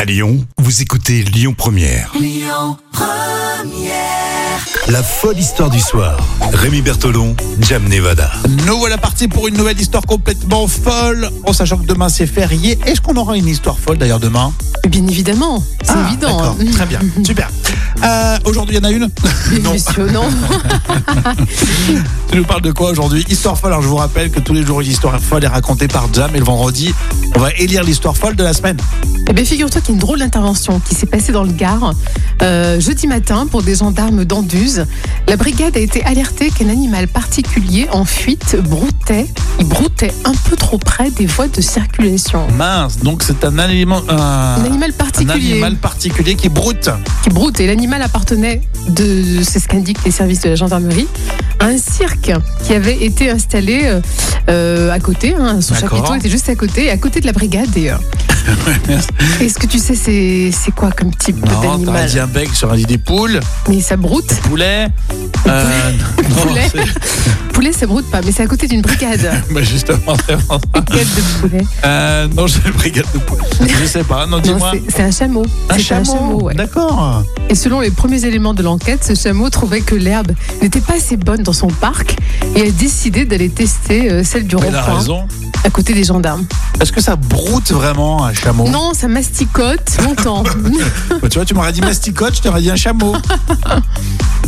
À Lyon, vous écoutez Lyon Première. Lyon Première. La folle histoire du soir. Rémi Bertolon, Jam Nevada. Nous voilà partis pour une nouvelle histoire complètement folle, en sachant que demain c'est férié. Est-ce qu'on aura une histoire folle d'ailleurs demain Eh Bien évidemment, c'est Ah, évident. hein. d'accord. Très bien, super. Euh, aujourd'hui, il y en a une Non. Impressionnant. Tu nous parles de quoi aujourd'hui Histoire folle, alors je vous rappelle que tous les jours une histoire folle est racontée par Jam et le vendredi, on va élire l'histoire folle de la semaine. Eh bien, figure-toi qu'il y a une drôle d'intervention qui s'est passée dans le Gard euh, jeudi matin pour des gendarmes d'Anduze. La brigade a été alertée qu'un animal particulier en fuite broutait. Il broutait un peu trop près des voies de circulation. Mince, donc c'est un aliment. Un Ah, Un, animal un particulier animal particulier qui broute. qui broute et l'animal appartenait, de, c'est ce qu'indiquent les services de la gendarmerie, à un cirque qui avait été installé euh, euh, à côté. hein, son D'accord. chapiteau était juste à côté, à côté de la brigade d'ailleurs. Est-ce que tu sais c'est, c'est quoi comme type Non, t'aurais d'animal dit un bec, j'aurais dit des poules, Mais ça broute. poulet. euh, non, Poulet. c'est- Poulet, ça broute pas, mais c'est à côté d'une brigade. bah justement, c'est vraiment ça. Brigade de poulet. Euh, non, je brigade de poulet. Je sais pas, non, Non, dis-moi. c'est, c'est un chameau. C'était ouais. D'accord. Et selon les premiers éléments de l'enquête, ce chameau trouvait que l'herbe n'était pas assez bonne dans son parc et a décidé d'aller tester euh, celle du Elle a rond-point. raison. à côté des gendarmes. Est-ce que ça broute vraiment un chameau Non, ça masticote longtemps. Bah, Tu vois, tu m'aurais dit masticote, je t'aurais dit un chameau.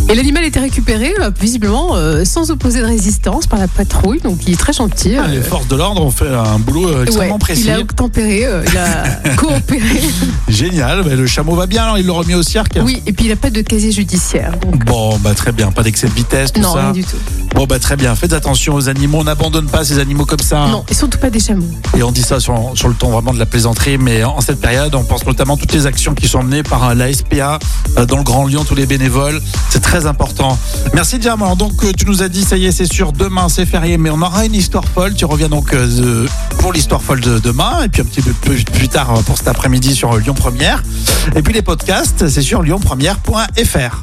Et l'animal était récupéré, euh, visiblement, euh, sans opposer de résistance par la patrouille, donc il est très gentil. euh, Les forces de l'ordre ont fait un boulot euh, Ouais, Ah, extrêmement précis. il a tempéré, il a coopéré. Génial. Bah, le chameau va bien, alors il l'a remis au cirque. Oui, et puis il n'a pas de casier judiciaire. donc Bon, bah très bien. Pas d'excès de vitesse, tout non, ça. rien du tout. Bon, bah très bien. Faites attention aux animaux. On n'abandonne pas ces animaux comme ça. hein. Non, et surtout pas des chameaux. Et on dit ça sur, sur le ton vraiment de la plaisanterie, mais en cette période, on pense notamment à toutes les actions qui sont menées par euh, la SPA euh, dans le Grand Lyon, tous les bénévoles. C'est très important. Merci Diamant. Donc euh, tu nous as dit, ça y est, c'est sûr, demain c'est férié, mais on aura une histoire folle. Tu reviens donc euh, de- pour l'histoire folle de demain, et puis un petit peu plus, plus tard euh, pour cet après-midi sur euh, Lyon Première. Et puis les podcasts, c'est sur lyonpremière.fr.